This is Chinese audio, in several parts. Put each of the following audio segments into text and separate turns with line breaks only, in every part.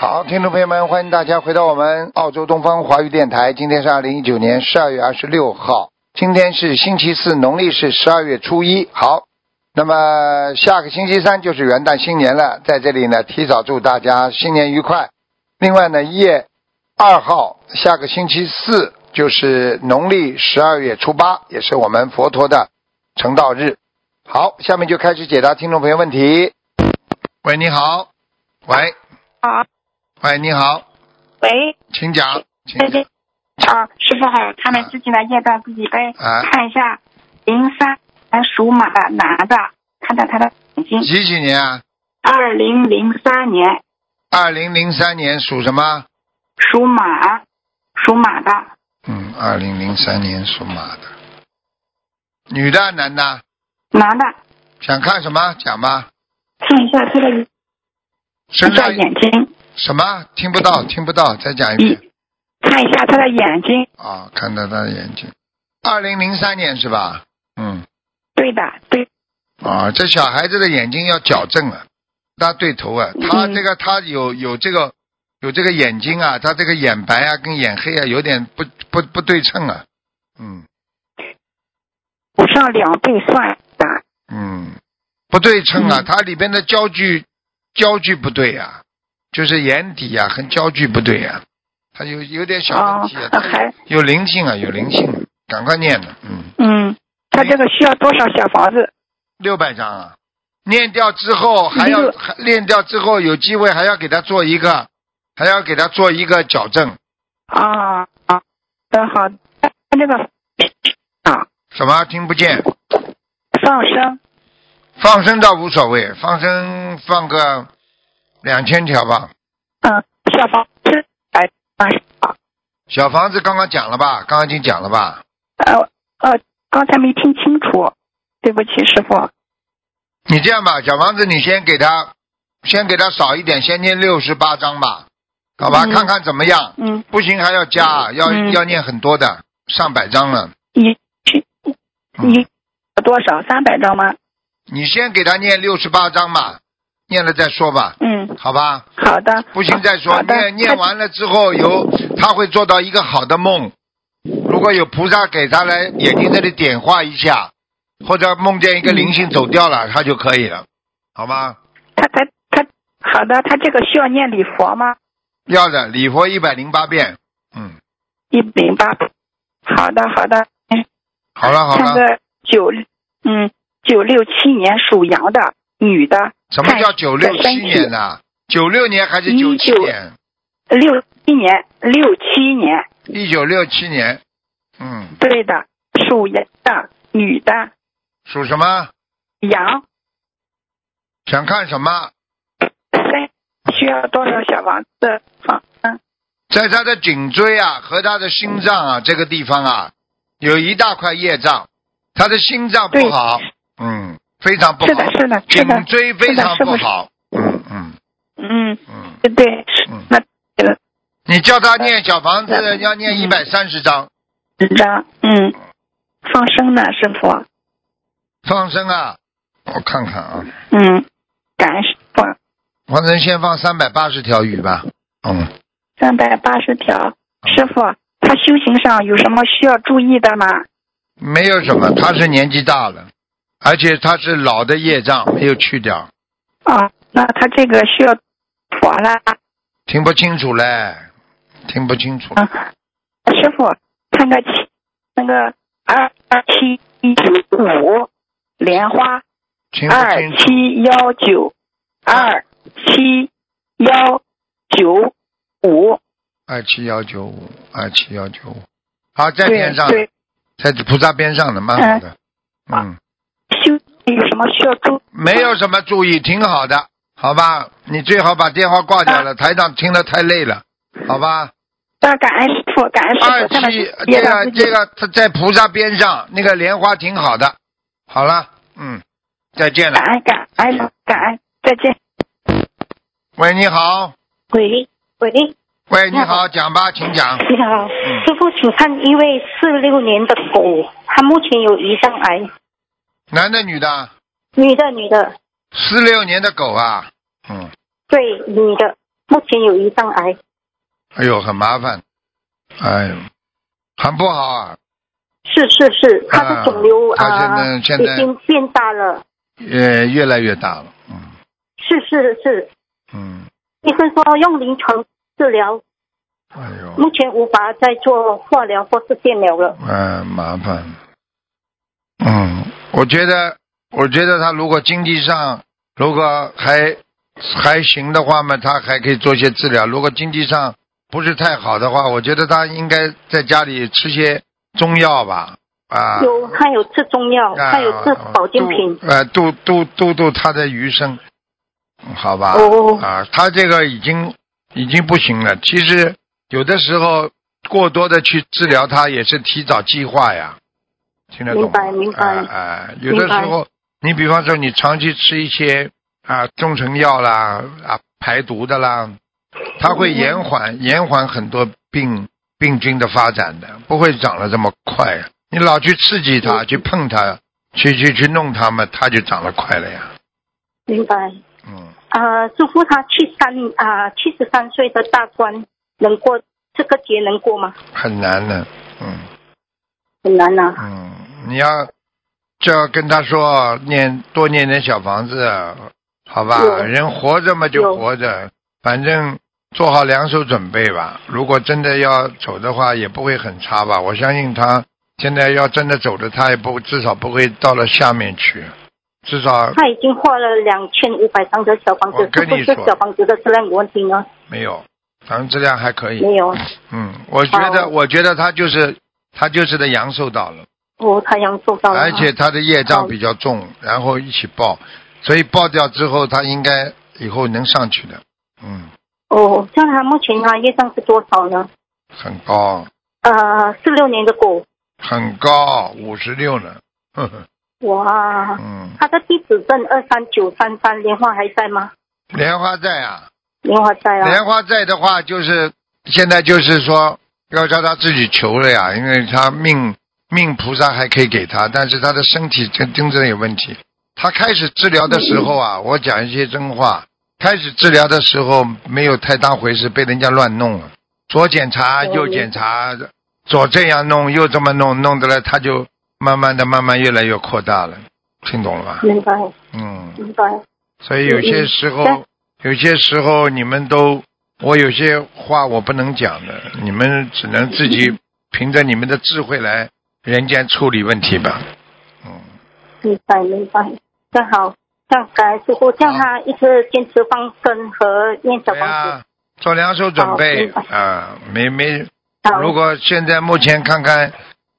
好，听众朋友们，欢迎大家回到我们澳洲东方华语电台。今天是二零一九年十二月二十六号，今天是星期四，农历是十二月初一。好，那么下个星期三就是元旦新年了，在这里呢，提早祝大家新年愉快。另外呢，一月二号，下个星期四就是农历十二月初八，也是我们佛陀的成道日。好，下面就开始解答听众朋友问题。喂，你好，喂，
啊，
喂，你好，
喂，
请讲，请
再
讲
见。啊，师傅好，他们自己的业障自己背。
啊
看一下零三年属马的男的，看看他的眼睛。
几几年啊？
二零零三年
二零零三年属什么？
属马，属马的
嗯，二零零三年属马的，女的男的？
男的，
想看什么？讲吧。
看一下他的
身
他
上
的眼睛，
什么？听不到，听不到，再讲一遍
一看一下他的眼睛，
啊、看到他的眼睛。二零零三年是吧？嗯，
对的，对，
啊，这小孩子的眼睛要矫正啊，他对头啊，他
嗯
这个他有有这个有这个眼睛啊，他这个眼白啊跟眼黑啊有点不不不对称啊，嗯
补上两倍算的，
嗯，不对称啊，
嗯
它里边的焦距焦距不对啊，就是眼底啊和焦距不对啊，他有有点小问
哦
题啊，，它
呃还
有灵性啊，有灵性，赶快念了，嗯。
嗯，他这个需要多少小房子？
六百张啊，念掉之后还要
六
还念掉之后有机会还要给他做一个，还要给他做一个矫正，
啊啊，嗯好，他这个啊
什么听不见？
放生
放生倒无所谓，放生放个两千条吧。
嗯小房子来啊是吧
小房子刚刚讲了吧？刚刚已经讲了吧？
呃呃刚才没听清楚，对不起师傅。
你这样吧，小房子你先给他，先给他少一点，先念六十八章吧，好吧？
嗯
看看怎么样，
嗯，
不行还要加，要、
嗯
要念很多的，上百章了。
你去
嗯
你多少三百张吗？
你先给他念六十八章吧，念了再说吧，
嗯，
好吧？
好的。
不行再说，
好的
念念完了之后有他会做到一个好的梦。如果有菩萨给他来眼睛这里点化一下，或者梦见一个灵性走掉了，他就可以了，好吗？
他他他好的，他这个需要念礼佛吗？
要的，礼佛一百零八遍。嗯，
一零八。好的好的，
好了好
看
了，
个九嗯九六七年属羊的女的。
什么叫
看
九六七年呢、九六年还是九七
19
年？
六七年，六七年，
一九六七年。嗯，
对的，属羊的，女的，
属什么？
羊，
想看什么？
身需要多少小房子放？嗯，
在他的颈椎啊和他的心脏啊这个地方啊，有一大块业障，他的心脏不
对
好，嗯，非常不
是
好
的，，是的，是
颈
的，
椎非常不好，嗯嗯
嗯，
嗯，
对对，是
嗯
那呃，
你叫他念小房子
嗯
要念一百三十章，
紧张，嗯，放生呢，师傅，
放生啊，我看看啊，
嗯，感恩师傅，
放生先放三百八十条鱼吧，嗯，
三百八十条，师傅，他修行上有什么需要注意的吗？
没有什么，他是年纪大了，而且他是老的业障没有去掉，
啊，那他这个需要佛了。
听不清楚嘞，听不清楚，
啊，师傅，看个七，那个二二七一九五莲花
听不
二
清楚。
七幺九二七幺九五，
二七幺九五，二七幺九五，好，在
对
边上，
对，
在菩萨边上的，蛮好的，嗯，
修有什么需要注？
没有什么注意，挺好的，好吧？你最好把电话挂掉了，台长听得太累了，好吧？
那感恩师傅，感恩师
二
傅，他们
七这
也
个
让自己
这个他在菩萨边上，那个莲花挺好的，好了，嗯，再见了
感。恩感恩感恩，再见。
喂，你好，
喂喂，你
喂，你
你
好，
好
讲吧，请讲。
啊
好，
嗯
师傅，请看一位四六年的狗，她目前有胰脏癌，
男的女的？
女的女的，
四六年的狗啊，嗯，
对，女的，
目前有胰脏癌，
哎呦，很麻烦，哎呦，很不好啊。
是是是，他的肿瘤
啊他
啊、
现在现在
已经变大了，
也越来越大了，嗯
是是是，
嗯，
医生说用临床治疗，
哎呦，
目前无法再做化疗或是电疗了。
哎，麻烦，嗯，我觉得，我觉得他如果经济上如果还还行的话嘛，他还可以做些治疗；如果经济上不是太好的话，我觉得他应该在家里吃些中药吧，啊，
有，他有吃中药，
啊
他有吃保健品
度，呃，度度度度他的余生，嗯好吧？
哦
啊，他这个已经已经不行了。其实有的时候过多的去治疗他，也是提早计划呀，听得懂吗？
明白明白
啊啊有的时候你比方说你长期吃一些啊中成药啦啊排毒的啦，它会延
嗯
缓延缓很多病病菌的发展的，不会长得这么快。你老去刺激它，
嗯
去碰它，去去去弄它们，它就长得快了呀。
明白。
嗯，
呃，祝福他七三啊七十三岁的大关能过这个节能过吗？
很难的。嗯
很难啊呐、
嗯，你要就要跟他说念多念点小房子，好吧？
有
人活着嘛就
有
活着，反正做好两手准备吧。如果真的要走的话，也不会很差吧？我相信他现在要真的走的，他也不至少不会到了下面去，至少
他已经画了两千五百张的小房
我
子，
跟
是
你
不是
说
小房子的质量有问题呢？
没有，咱们质量还可以。
没有，
嗯，我觉得，
哦
我觉得他就是他就是的阳寿到了，
哦，他阳受到了啊，
而且他的业障
哦
比较重，然后一起报，所以报掉之后，他应该以后能上去的，嗯，
哦，像他目前他业障是多少呢？
很高，
呃，四六年的狗，
很高，五十六呢，呵呵，
哇，
嗯，
他的地址证二三九三三莲花还在吗？
莲花寨啊，
莲花在啊，
莲花寨的话就是现在就是说要叫他自己求了呀，因为他命命菩萨还可以给他，但是他的身体真真正有问题。他开始治疗的时候啊，我讲一些真话。开始治疗的时候没有太当回事，被人家乱弄了，左检查
哦
右检查，左这样弄右这么弄，弄得来他就慢慢的、慢慢越来越扩大了，听懂了吧？
明白
嗯，
明白，
所以有些时候，
嗯
有些时候你们都，我有些话我不能讲的，你们只能自己
嗯
凭着你们的智慧来人间处理问题吧。嗯，
明白明白，那好，那感恩师傅，这样
好
他一直坚持放生和念小
对
房
呀，做两手准备
好
啊，没没，
子，好
如果现在目前看看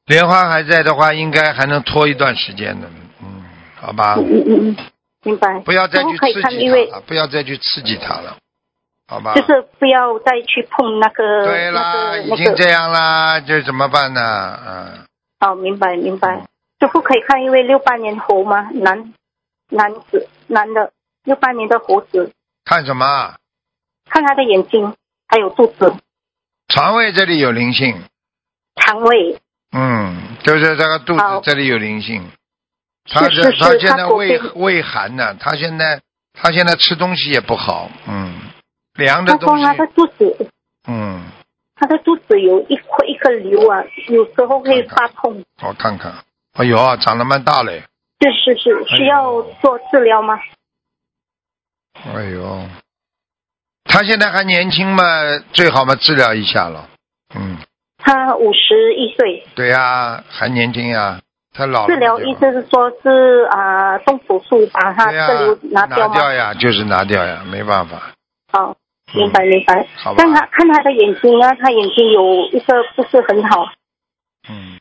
莲花还在的话，应该还能拖一段时间的。嗯，好吧
嗯，嗯嗯嗯，明白，
不要再
师傅
去
可以
刺
看
激
一位
它了，不要再去刺激它了，好吧？
就是不要再去碰那个
对啦，
那个
已
那
经
个。
这样啦，这怎么办呢？嗯，
哦，明白明白。师傅可以看一位六八年猴吗？男男子男的六八年的猴子，
看什么？
看他的眼睛，还有肚子、
肠胃这里有灵性，
肠胃。
嗯，就是这个肚子
好
这里有灵性。他
是是
他
是
现在
他左
胃
边
胃寒呢、他现在他现在吃东西也不好，嗯，凉的
他说啊
东西
他，的肚子，
嗯，
他的肚子有一颗一颗瘤啊，有时候会
看看
发痛。
我看看，哎呦，长得蛮大嘞，
是是是，
哎呦
需要做治疗吗？
哎呦，他现在还年轻嘛，最好嘛治疗一下了，嗯，
他五十一岁，
对呀、还年轻呀、他老了
治疗
就
医生是说是啊、动手术把他
对呀、
这瘤拿掉吗？
呀，就是拿掉呀，没办法。嗯
好，明白明白。
好吧
但他看他的眼睛啊，他眼睛有一个不是很好。
嗯，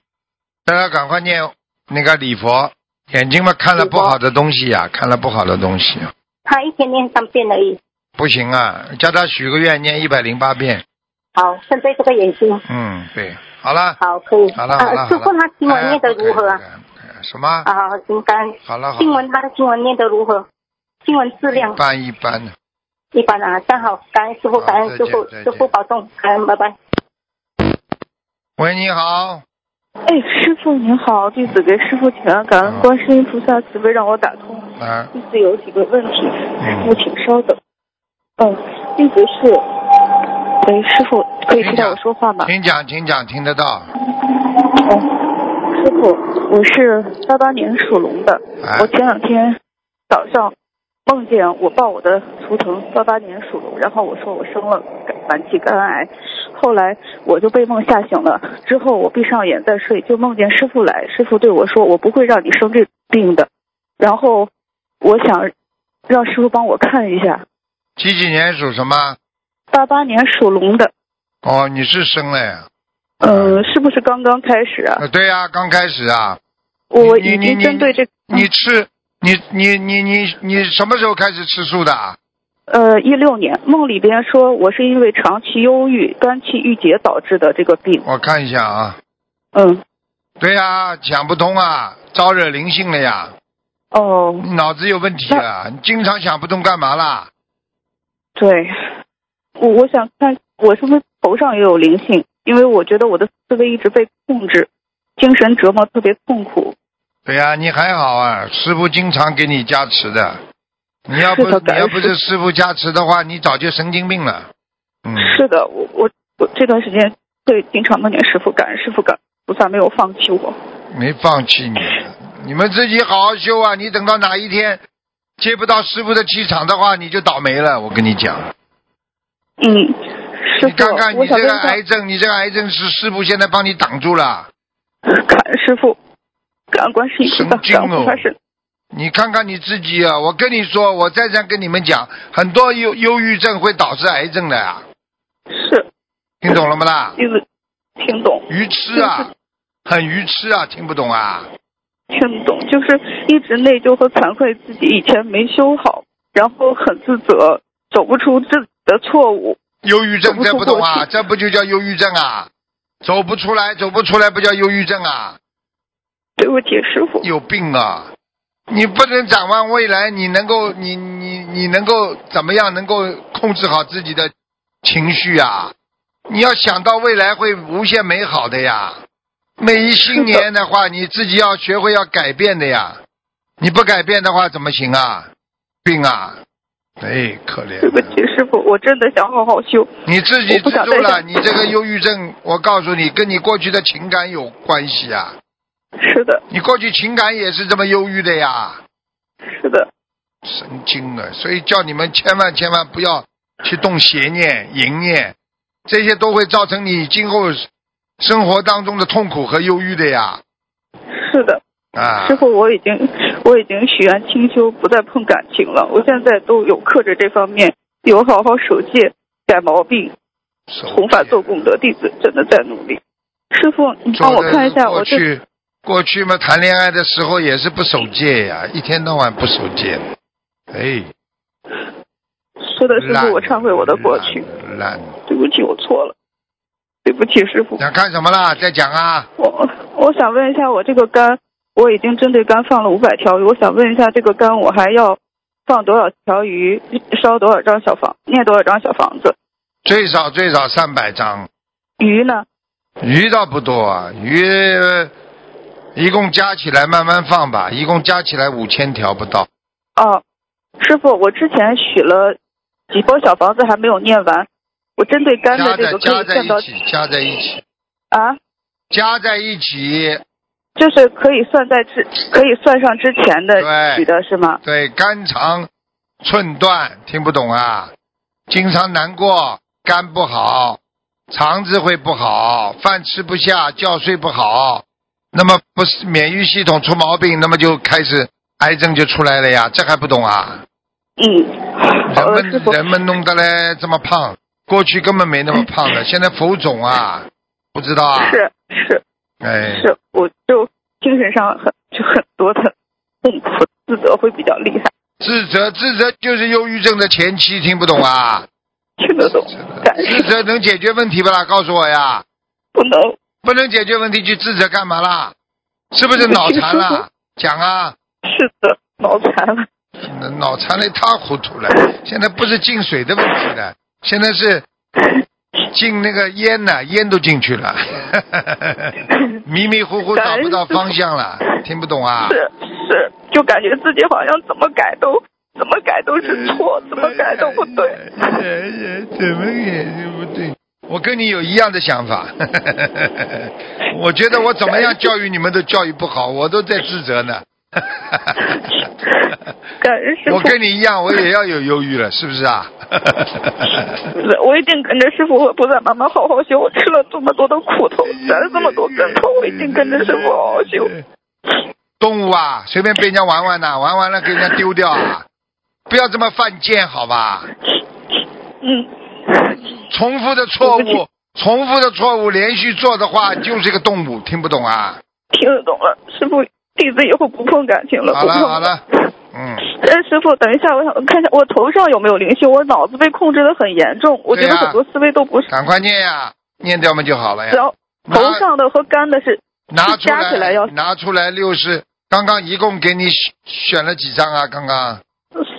大家赶快念那个礼佛，眼睛嘛看了
礼
不
佛
好的东西呀、看了不好的东西、
他一天念三遍而已。
不行啊，叫他许个愿，念一百零八遍。
好，针对这个眼睛，
嗯，对，好了，
好，可以。
好了，好了，
呃，师
好
傅
了
他经文念得如何？
哎
啊
不？可以不可以不可以什么？
啊，应该
好了，好
经
了，
文他的经文念得如何？经文质量
一般一般的。
一般啊。但好，感恩师傅，
哎好
感恩师傅，
再见再见
师傅保重，感恩，拜拜。
喂，你好，
哎，师傅您好，弟子给师傅请安，感恩观世音菩萨慈悲让我打通。
啊，
弟子有几个问题，师傅请稍等。嗯，并不是。喂，师傅，可以听到我说话吗？
请讲，请讲，听得到。啊
哦，师傅，我是八八年属龙的。
哎
我前两天早上梦见我抱我的图腾，八八年属龙，然后我说我生了晚期肝癌，后来我就被梦吓醒了。之后我闭上眼再睡，就梦见师傅来，师傅对我说：“我不会让你生这病的。”然后我想让师傅帮我看一下，
几几年属什么？
八八年属龙的，
哦，你是生了呀？
嗯，是不是刚刚开始啊？
呃对呀、刚开始啊。
我
你
已
你
经
你
针对这
你吃你你你你你什么时候开始吃素的啊？
呃，一六年梦里边说我是因为长期忧郁、肝气郁结导致的这个病。
我看一下啊。
嗯，
对呀、讲不通啊，招惹灵性了呀，
哦，
你脑子有问题了，你经常想不通干嘛啦？
对，我我想看我是不是头上也有灵性，因为我觉得我的思维一直被控制，精神折磨特别痛苦。
对呀、你还好啊，师傅经常给你加持的。你要不
是的感
你
恩
要不是师傅加持的话，你早就神经病了。嗯，
是的，我我我这段时间会经常梦见师傅，感恩师傅感恩菩萨没有放弃我。
没放弃你，你们自己好好修啊！你等到哪一天接不到师傅的气场的话，你就倒霉了。我跟你讲，
嗯，师
你看看
傅，我
你
想
这
问一
个
下
癌，症，你这个癌症是师傅现在帮你挡住了。
感恩师傅，感恩观世音菩
神
萨，
经
感恩菩萨
哦
是，
你看看你自己啊！我跟你说，我再三跟你们讲，很多忧忧郁症会导致癌症的呀、
是，
听懂了吗啦？
因为听懂。
愚痴 啊，很愚痴啊，听不懂啊！
听不懂，就是一直内疚和惭愧自己以前没修好，然后很自责，走不出自己的错误。
忧郁症这不懂啊，
走不出过去
这不就叫忧郁症啊？走不出来，走不出来，不叫忧郁症啊！
对不起，师傅，
有病啊！你不能展望未来，你能够，你你你能够怎么样？能够控制好自己的情绪啊！你要想到未来会无限美好的呀。每一新年的 话，你自己要学会要改变的呀。你不改变的话，怎么行啊？病啊！哎，可怜
对不
了。
起，师傅，我真的想好好修。
你自己
我不
知
想
住
再
了，
想
你这个忧郁症，我告诉你，跟你过去的情感有关系啊。
是的，
你过去情感也是这么忧郁的呀。
是的，
神经了，所以叫你们千万千万不要去动邪念、淫念，这些都会造成你今后生活当中的痛苦和忧郁的呀。
是的，
啊
师，傅，我已经我已经许愿清修，不再碰感情了。我现在都有克制这方面，有好好守戒、改毛病、
手
弘法做功德，弟子真的在努力。师傅，你
做
帮我
的
看一下我
过
这
去过去嘛，谈恋爱的时候也是不守戒呀，一天到晚不守戒，哎，
是的，师
烂
傅，我忏悔我的过去。，
烂。烂
对不起，我错了，对不起，师傅。
想看什么啦？再讲啊，
我我想问一下，我这个肝，我已经针对肝放了五百条鱼，我想问一下，这个肝我还要放多少条鱼，烧多少张小房，念多少张小房子？
最少最少三百张。
鱼呢？
鱼倒不多啊，鱼呃一共加起来慢慢放吧，一共加起来五千条不到。
哦，师傅，我之前许了几波小房子还没有念完，我针对肝
加
的这
在
个可
加
以
在
算到
一起，加在一起，
啊，
加在一起，
就是可以算在之可以算上之前的
对
许的是吗？
对，肝肠寸断，听不懂啊？经常难过，肝不好，肠子会不好，饭吃不下，觉睡不好，那么不是免疫系统出毛病，那么就开始癌症就出来了呀，这还不懂啊？
嗯，好
人
的，师
们
傅，
人们弄得嘞这么胖，过去根本没那么胖的，现在浮肿啊，不知道啊？
嗯是是。
哎，
是，我就精神上很就很多的痛苦自责会比较厉害，
自责自责就是忧郁症的前期，听不懂啊？
听得懂，但
自
是
责能解决问题不啦？告诉我呀，
不能
不能解决问题去自责干嘛啦？是不是脑残 啦？讲啊，
是的脑残了，
脑残的一塌糊涂了。现在不是进水的问题了，现在是进那个烟呐，烟都进去了， 迷迷糊糊找不到方向了，听不懂啊？
是是，就感觉自己好像怎么改都怎么改都是错，怎么改都不对。
哎呀，怎么也是不对。我跟你有一样的想法， 我觉得我怎么样教育你们都教育不好，我都在自责 呢。
感恩师
我
傅，
跟你一样，我也要有忧郁了，是不是 啊？
是我一定跟着师傅和菩萨妈妈好好修。我吃了这么多的苦头，攒了这么多跟头，我一定跟着师傅好好修。
动物啊，随便被人家玩玩呐、玩完了给人家丢掉啊，不要这么犯贱，好吧？
嗯，
重复的错
我不
误，重复的错误连续做的话，就是一个动物，听不懂啊？
听得懂了，师傅，弟子以后不碰感情了，
好
不
了
碰
好了，嗯，
哎，师傅，等一下，我想看一下我头上有没有灵性。我脑子被控制的很严重，我觉
对
得
呀
很多思维都不是。
赶快念呀、念掉嘛就好了呀。
然后头上的和肝的是
拿出
啊加起来要
拿出来六十，刚刚一共给你选选了几张啊？刚刚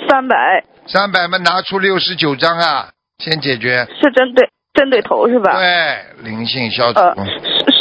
三百，
三百嘛，拿出六十九张啊，先解决。
是针对针对头是吧？
对，灵性消除、
呃，师师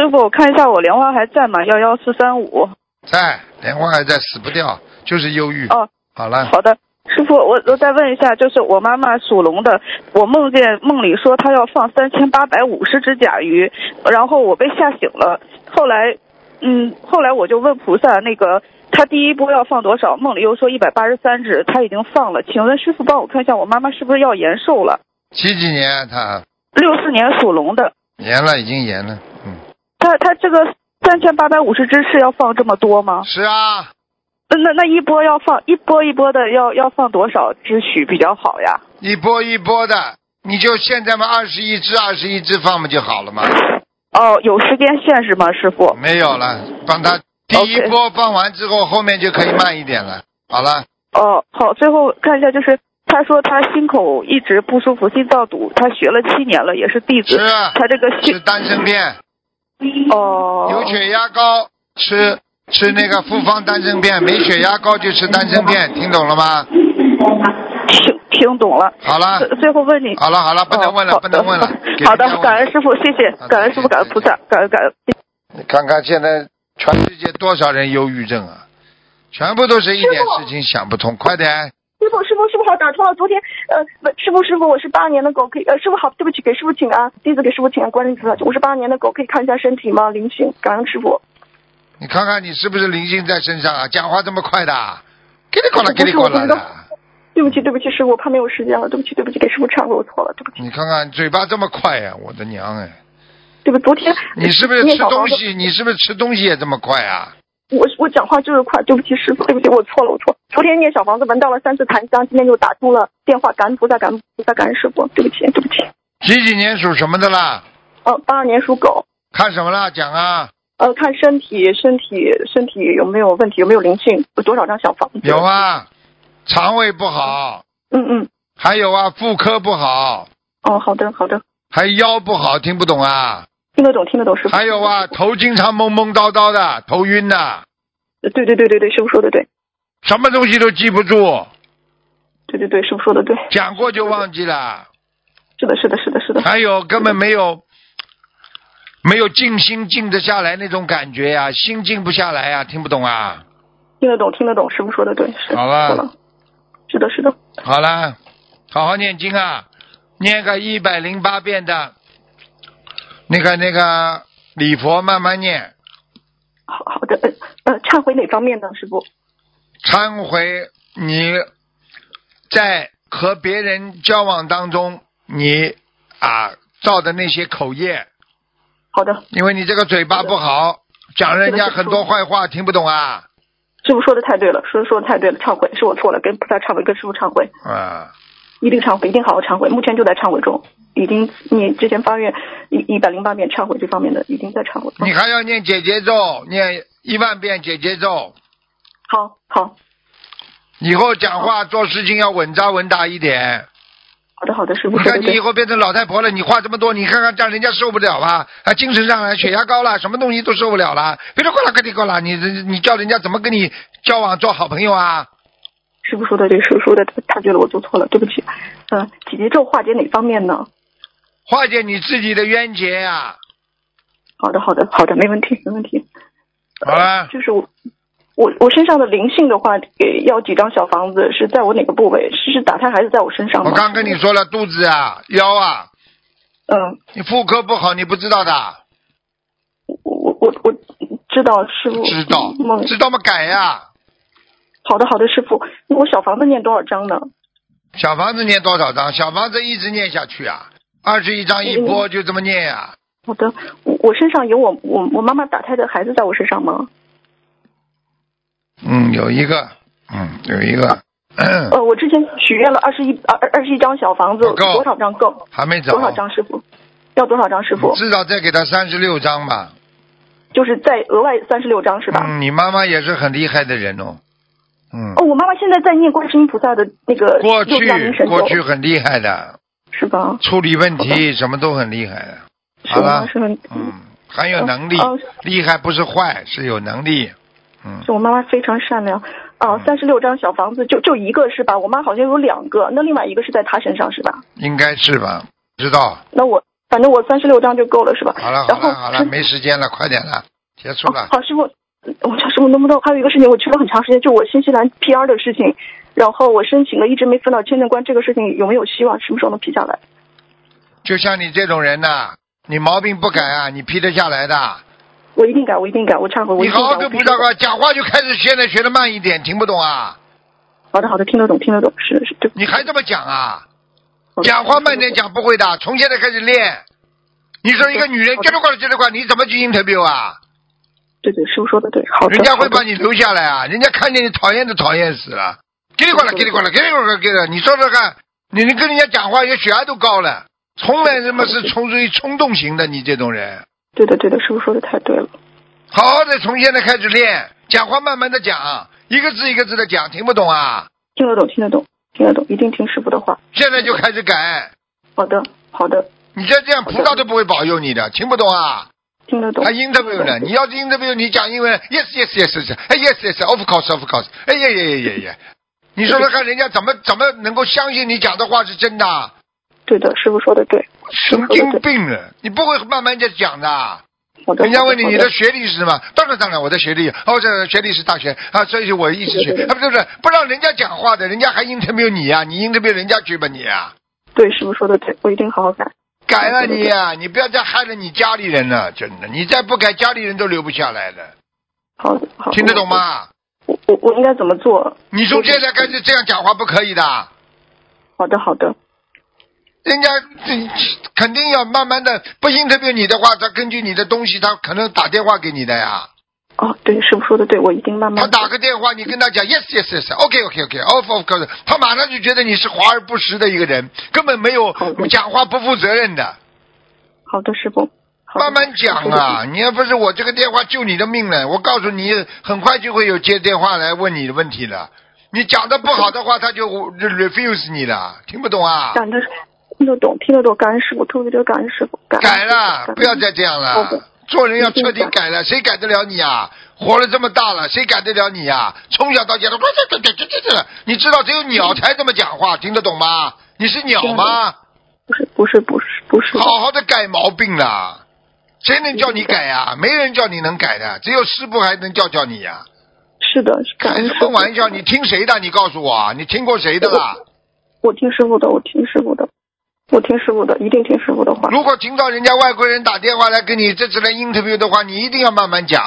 师傅，我看一下我莲花还在吗？幺幺四三五。
在，莲花还在，死不掉，就是忧郁。
哦，
好了，
好的，师傅，我我再问一下，就是我妈妈属龙的，我梦见梦里说她要放三千八百五十只甲鱼，然后我被吓醒了。后来，嗯，后来我就问菩萨，那个他第一波要放多少？梦里又说一百八十三只，他已经放了。请问师傅帮我看一下，我妈妈是不是要延寿了？
几几年他
六四年属龙的，
延了，已经延了。嗯，
他他这个三千八百五十只是要放这么多吗？
是啊，
那那一波要放一波一波的要要放多少只许比较好呀？
一波一波的，你就现在嘛，二十一只，二十一只放不就好了吗？
哦，有时间限制吗，师傅？
没有了，帮他第一
OK
波放完之后，后面就可以慢一点了。好了，
哦，好，最后看一下，就是他说他心口一直不舒服，心脏堵，他学了七年了，也是弟
吃
子，他这个
吃
心
丹参片，
哦，
有血压高吃吃那个复方丹参片，没血压高就吃丹参片，听懂了吗？
听听懂了。
好了，
最最后问你，
好了好啊了，不能问了，
哦
不能问了啊
好的。
给
好的
人家，问
感恩师傅，谢谢
好的，
感恩师傅，感恩菩萨，感恩感恩。
你看看现在全世界多少人忧郁症啊，全部都是一点
师傅
事情想不通，快点。
师傅，师傅，师傅好，打通了。昨天，呃，不，师傅，师傅，我是八年的狗，可以，呃，师傅好，对不起，给师傅请安，弟子给师傅请安，观世音菩萨，我是八年的狗，可以看一下身体吗？灵性，感恩师傅。
你看看你是不是灵性在身上啊？讲话这么快的啊，给你过来，给你过来
不是我不知
的啊
道。对不起，对不起，师傅，我怕没有时间了，对不起，对不起，给师傅忏悔，我错了，对不起，
你看看嘴巴这么快呀、我的娘哎！
对不起，昨天
你是不是吃
念小
东
房子？
西？你是不是吃东西也这么快啊？
我我讲话就是快，对不起，师傅，对不起，我错了，我错了。昨天念小房子闻到了三次檀香，今天就打通了电话，感恩菩萨，感恩菩萨，感恩师傅，对不起，对不起。
几几年属什么的啦？
呃，八二年属狗，
看什么啦？讲啊，
呃，看身体，身体，身体有没有问题？有没有灵性？有多少张小房子？
有啊，肠胃不好，
嗯嗯，
还有啊，妇科不好，
哦，好的好的，
还腰不好，听不懂啊？
听得懂听得 懂，师傅。
还有啊，头经常懵懵叨叨的，头晕的、
呃，对对对对对，师傅说的对，
什么东西都记不住，
对对对，师傅说的对，
讲过就忘记了。
是的是的是的是的，
还有根本没有没有静心静得下来那种感觉呀、心静不下来呀、听不懂啊？
听得懂听得懂，师傅说的对，是
好吧
错了，是的是的，
好啦，好好念经啊，念个一百零八遍的，那个那个礼佛慢慢念，
好好的，呃呃，忏悔哪方面呢，师傅？
忏悔你在和别人交往当中你啊造的那些口业，
好的，
因为你这个嘴巴不好，讲人家很多坏话，听不懂啊
师傅说的太对了，说说的太对了，忏悔是我错了，跟菩萨忏悔，跟师傅忏悔，
啊。
一定忏悔，一定好好忏悔，目前就在忏悔中，已经你之前发愿一一百零八遍忏悔这方面的，已经在忏悔。
你还要念姐姐咒，念一万遍姐姐咒。
好好
以后讲话做事情要稳扎稳打一点。
好的好的，师傅
你
说的
看你以
对，
后变成老太婆了，你话这么多，你看看这样人家受不了吧？啊，精神上来血压高了，什么东西都受不了了。别说过来，快点过来，你你叫人家怎么跟你交往做好朋友啊？
师傅说的对，师傅说的太对了，我做错了，对不起。嗯、姐姐咒化解哪方面呢？
化解你自己的冤结呀、啊
好的，好的，好的，没问题，没问题。
好了，
就是我，
我我身上的灵性的话，给要几张小房子？是在我哪个部位？是是打胎还是在我身上吗？
我刚跟你说了，肚子啊，腰啊，
嗯，
你妇科不好，你不知道的，
我我我知道师
嗯
傅嗯
知道
梦，
知道吗？改呀、
好的好的，师傅，那我小房子念多少张呢？
小房子念多少章？小房子一直念下去啊，二十一章一
嗯
波，就这么念呀、
好的，我我身上有我我我妈妈打胎的孩子在我身上吗？
嗯，有一个，嗯，有一个，嗯
呃，我之前许愿了二十一二二二十一张小房子，
不够
多少张够？
还没走
多，少张师傅？要多少张师傅？
至少再给他三十六章吧。
就是再额外三十六张是吧？
嗯，你妈妈也是很厉害的人哦，嗯，
哦，我妈妈现在在念观世音菩萨的那个
过
六大明
去
神
过
咒
去很厉害的，
是吧？
处理问题什么都很厉害的，
哦是
好
吗？
了，
是很
嗯，很有能力
哦哦，
厉害不是坏，是有能力，嗯，
是我妈妈非常善良。哦，三十六张小房子就就一个是吧？我妈好像有两个，那另外一个是在她身上是吧？
应该是吧？知道，
那我反正我三十六张就够了是吧？
好了好
然后
了好了，没时间了，快点了，结束
哦
了，
好，师傅，我想师傅能不能还有一个事情，我去了很长时间，就我新西兰 PR 的事情，然后我申请了，一直没分到签证官，这个事情有没有希望？什么时候能批下来？
就像你这种人呐、你毛病不改啊，你批得下来的。
我一定改，我一定改，我忏悔，我一
你
定改。
好好
我
跟
必
菩
须
萨
改
话，讲话就开始现在学的慢一点，听不懂啊？
好的，好的，听得懂，听得懂，是是，对。
你还这么讲啊？
好的
讲话慢点，讲不会的，从现在开始练。你说一个女人
好的
叽里呱啦叽里呱啦，你怎么去 interview 啊？
对对，师傅说的哦对，好的。
人家会
好的
把你留下来啊！人家看见你讨厌都讨厌死了，叽里呱啦叽里呱啦叽里呱啦叽里呱啦，你说说看，你你跟人家讲话，人家血压都高了，从来什么是冲属于冲动型的，你这种人，
对的对的，师傅说的太对了。
好好的从现在开始练，讲话慢慢的讲，一个字一个字的讲，听不懂啊？
听得懂，听得懂，听得懂，一定听师傅的话。
现在就开始改，
好的，好的，
你再这样，菩萨都不会保佑你的，听不懂啊？
听得懂
还。interview 呢？你要是 interview，你讲英文，yes yes yes yes，哎 yes yes，of course of course，哎呀呀呀呀呀，你说说看，人家怎么怎么能够相信你讲的话是真的？啊
对的，师傅说的对。师
神
傅说
经
的对。
病了，你不会慢慢的讲的。
好的。
人家问你
好
你
的
的学历是什么？当然当然，我的学历，哦，这学历是大学啊，所以我一直
对
学
对对
啊，不是不是，不让人家讲话的，人家还 interview 你呀、你 interview 人家去吧你啊，
对师傅说的对，我一定好好改。
改了
对对
你呀、你不要再害了你家里人了，真的，你再不改，家里人都留不下来了，
好的，好。
听得懂？吗？
哦我我我应该怎么做？
你从现在开始这样讲话不可以的，
好的，好的，
人家这肯定要慢慢的，不 interview 你的话，他根据你的东西，他可能打电话给你的呀。
哦，对，师傅说的对，我一定慢
他
慢。
打个电话，你跟他讲 yes yes yes，OK OK OK off off off，他马上就觉得你是华而不实的一个人，根本没有
好的
讲话不负责任的。
好的，师傅。好的
慢慢讲啊，！你要不是我这个电话救你的命了，我告诉你，很快就会有接电话来问你的问题了。你讲的不好的话，他就 refuse 你了，听不懂啊？
感恩听得懂，听得懂，感恩师傅，特别的感恩师傅，感 恩
改
师
了，
傅
不要再这样
好的
了。做人要彻
一
底
定
改了， 谁改得了你啊？活了这么大了，谁改得了你啊？从小到现在， 这这这这这这，你知道只有鸟才这么讲话，听得懂吗？你是鸟吗？
不是不是不是不是，
好好的改毛病啦，谁能叫你改啊？没人叫你能改的，只有师傅还能叫叫你啊呀、
是的，感
开
恩
什
师傅
么。玩笑？你听谁的？你告诉我啊，你听过谁的啦？
我听师傅的，我听师傅的，我听师傅的，一定听师傅的话。
如果听到人家外国人打电话来跟你这次来 interview 的话，你一定要慢慢讲。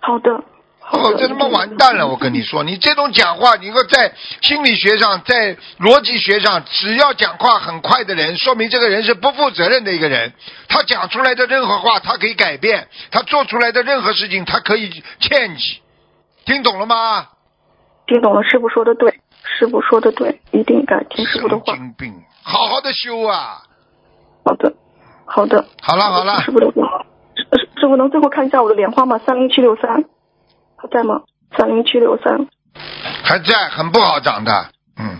好的，嗯好
哦，
的。
这他妈完蛋了！我跟你说，你这种讲话，你说在心理学上，在逻辑学上，只要讲话很快的人，说明这个人是不负责任的一个人。他讲出来的任何话，他可以改变；他做出来的任何事情，他可以 change。听懂了吗？
听懂了，师傅说的对，师傅说的对，一定改，听师傅的
神
话。
经病，好好的修啊！
好的，好的。
好了好了
师，傅的话，师师傅能最后看一下我的莲花吗？三零七六三，还在吗？三零七六三。
还在，很不好长的。嗯，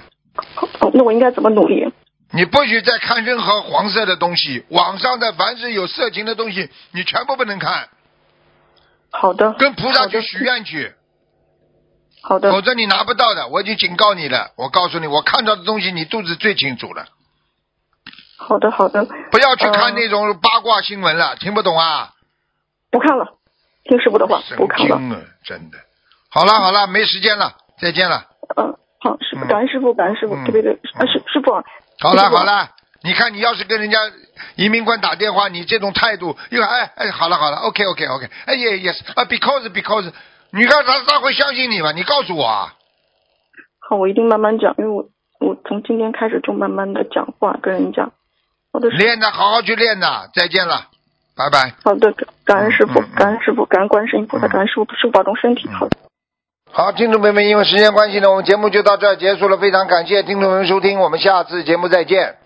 好，哦那我应该怎么努力？
你不许再看任何黄色的东西，网上的凡是有色情的东西，你全部不能看，
好的。
跟菩萨
好
去
的
许愿去。
好的
否，则你拿不到的，我已经警告你了。我告诉你，我看到的东西你肚子最清楚了，
好的，好的。
不要去看
嗯
那种八卦新闻了，听不懂啊？
不看了，听师傅的话
神，
不看了。
经啊，真的，好了好了，没时间了，再见了。
嗯，好，师傅，
嗯
感恩师傅，感恩师傅
嗯，
特别的，啊，师师傅，
好了
师傅啊
好了，你看你要是跟人家移民官打电话，你这种态度，又哎哎，好了好了，OK OK OK，哎也也是啊，because because，你看他他会相信你吗？你告诉我啊，
好，我一定慢慢讲，因为我我从今天开始就慢慢的讲话跟人讲，我的
练呐，好好去练呐，再见了，拜拜。
好的，感感恩师傅
嗯嗯，
感恩师傅，感恩观世音菩萨，
嗯
感恩师傅，师傅保重身体，好的。
好，听众朋友们，因为时间关系呢，我们节目就到这儿结束了，非常感谢听众朋友们收听，我们下次节目再见。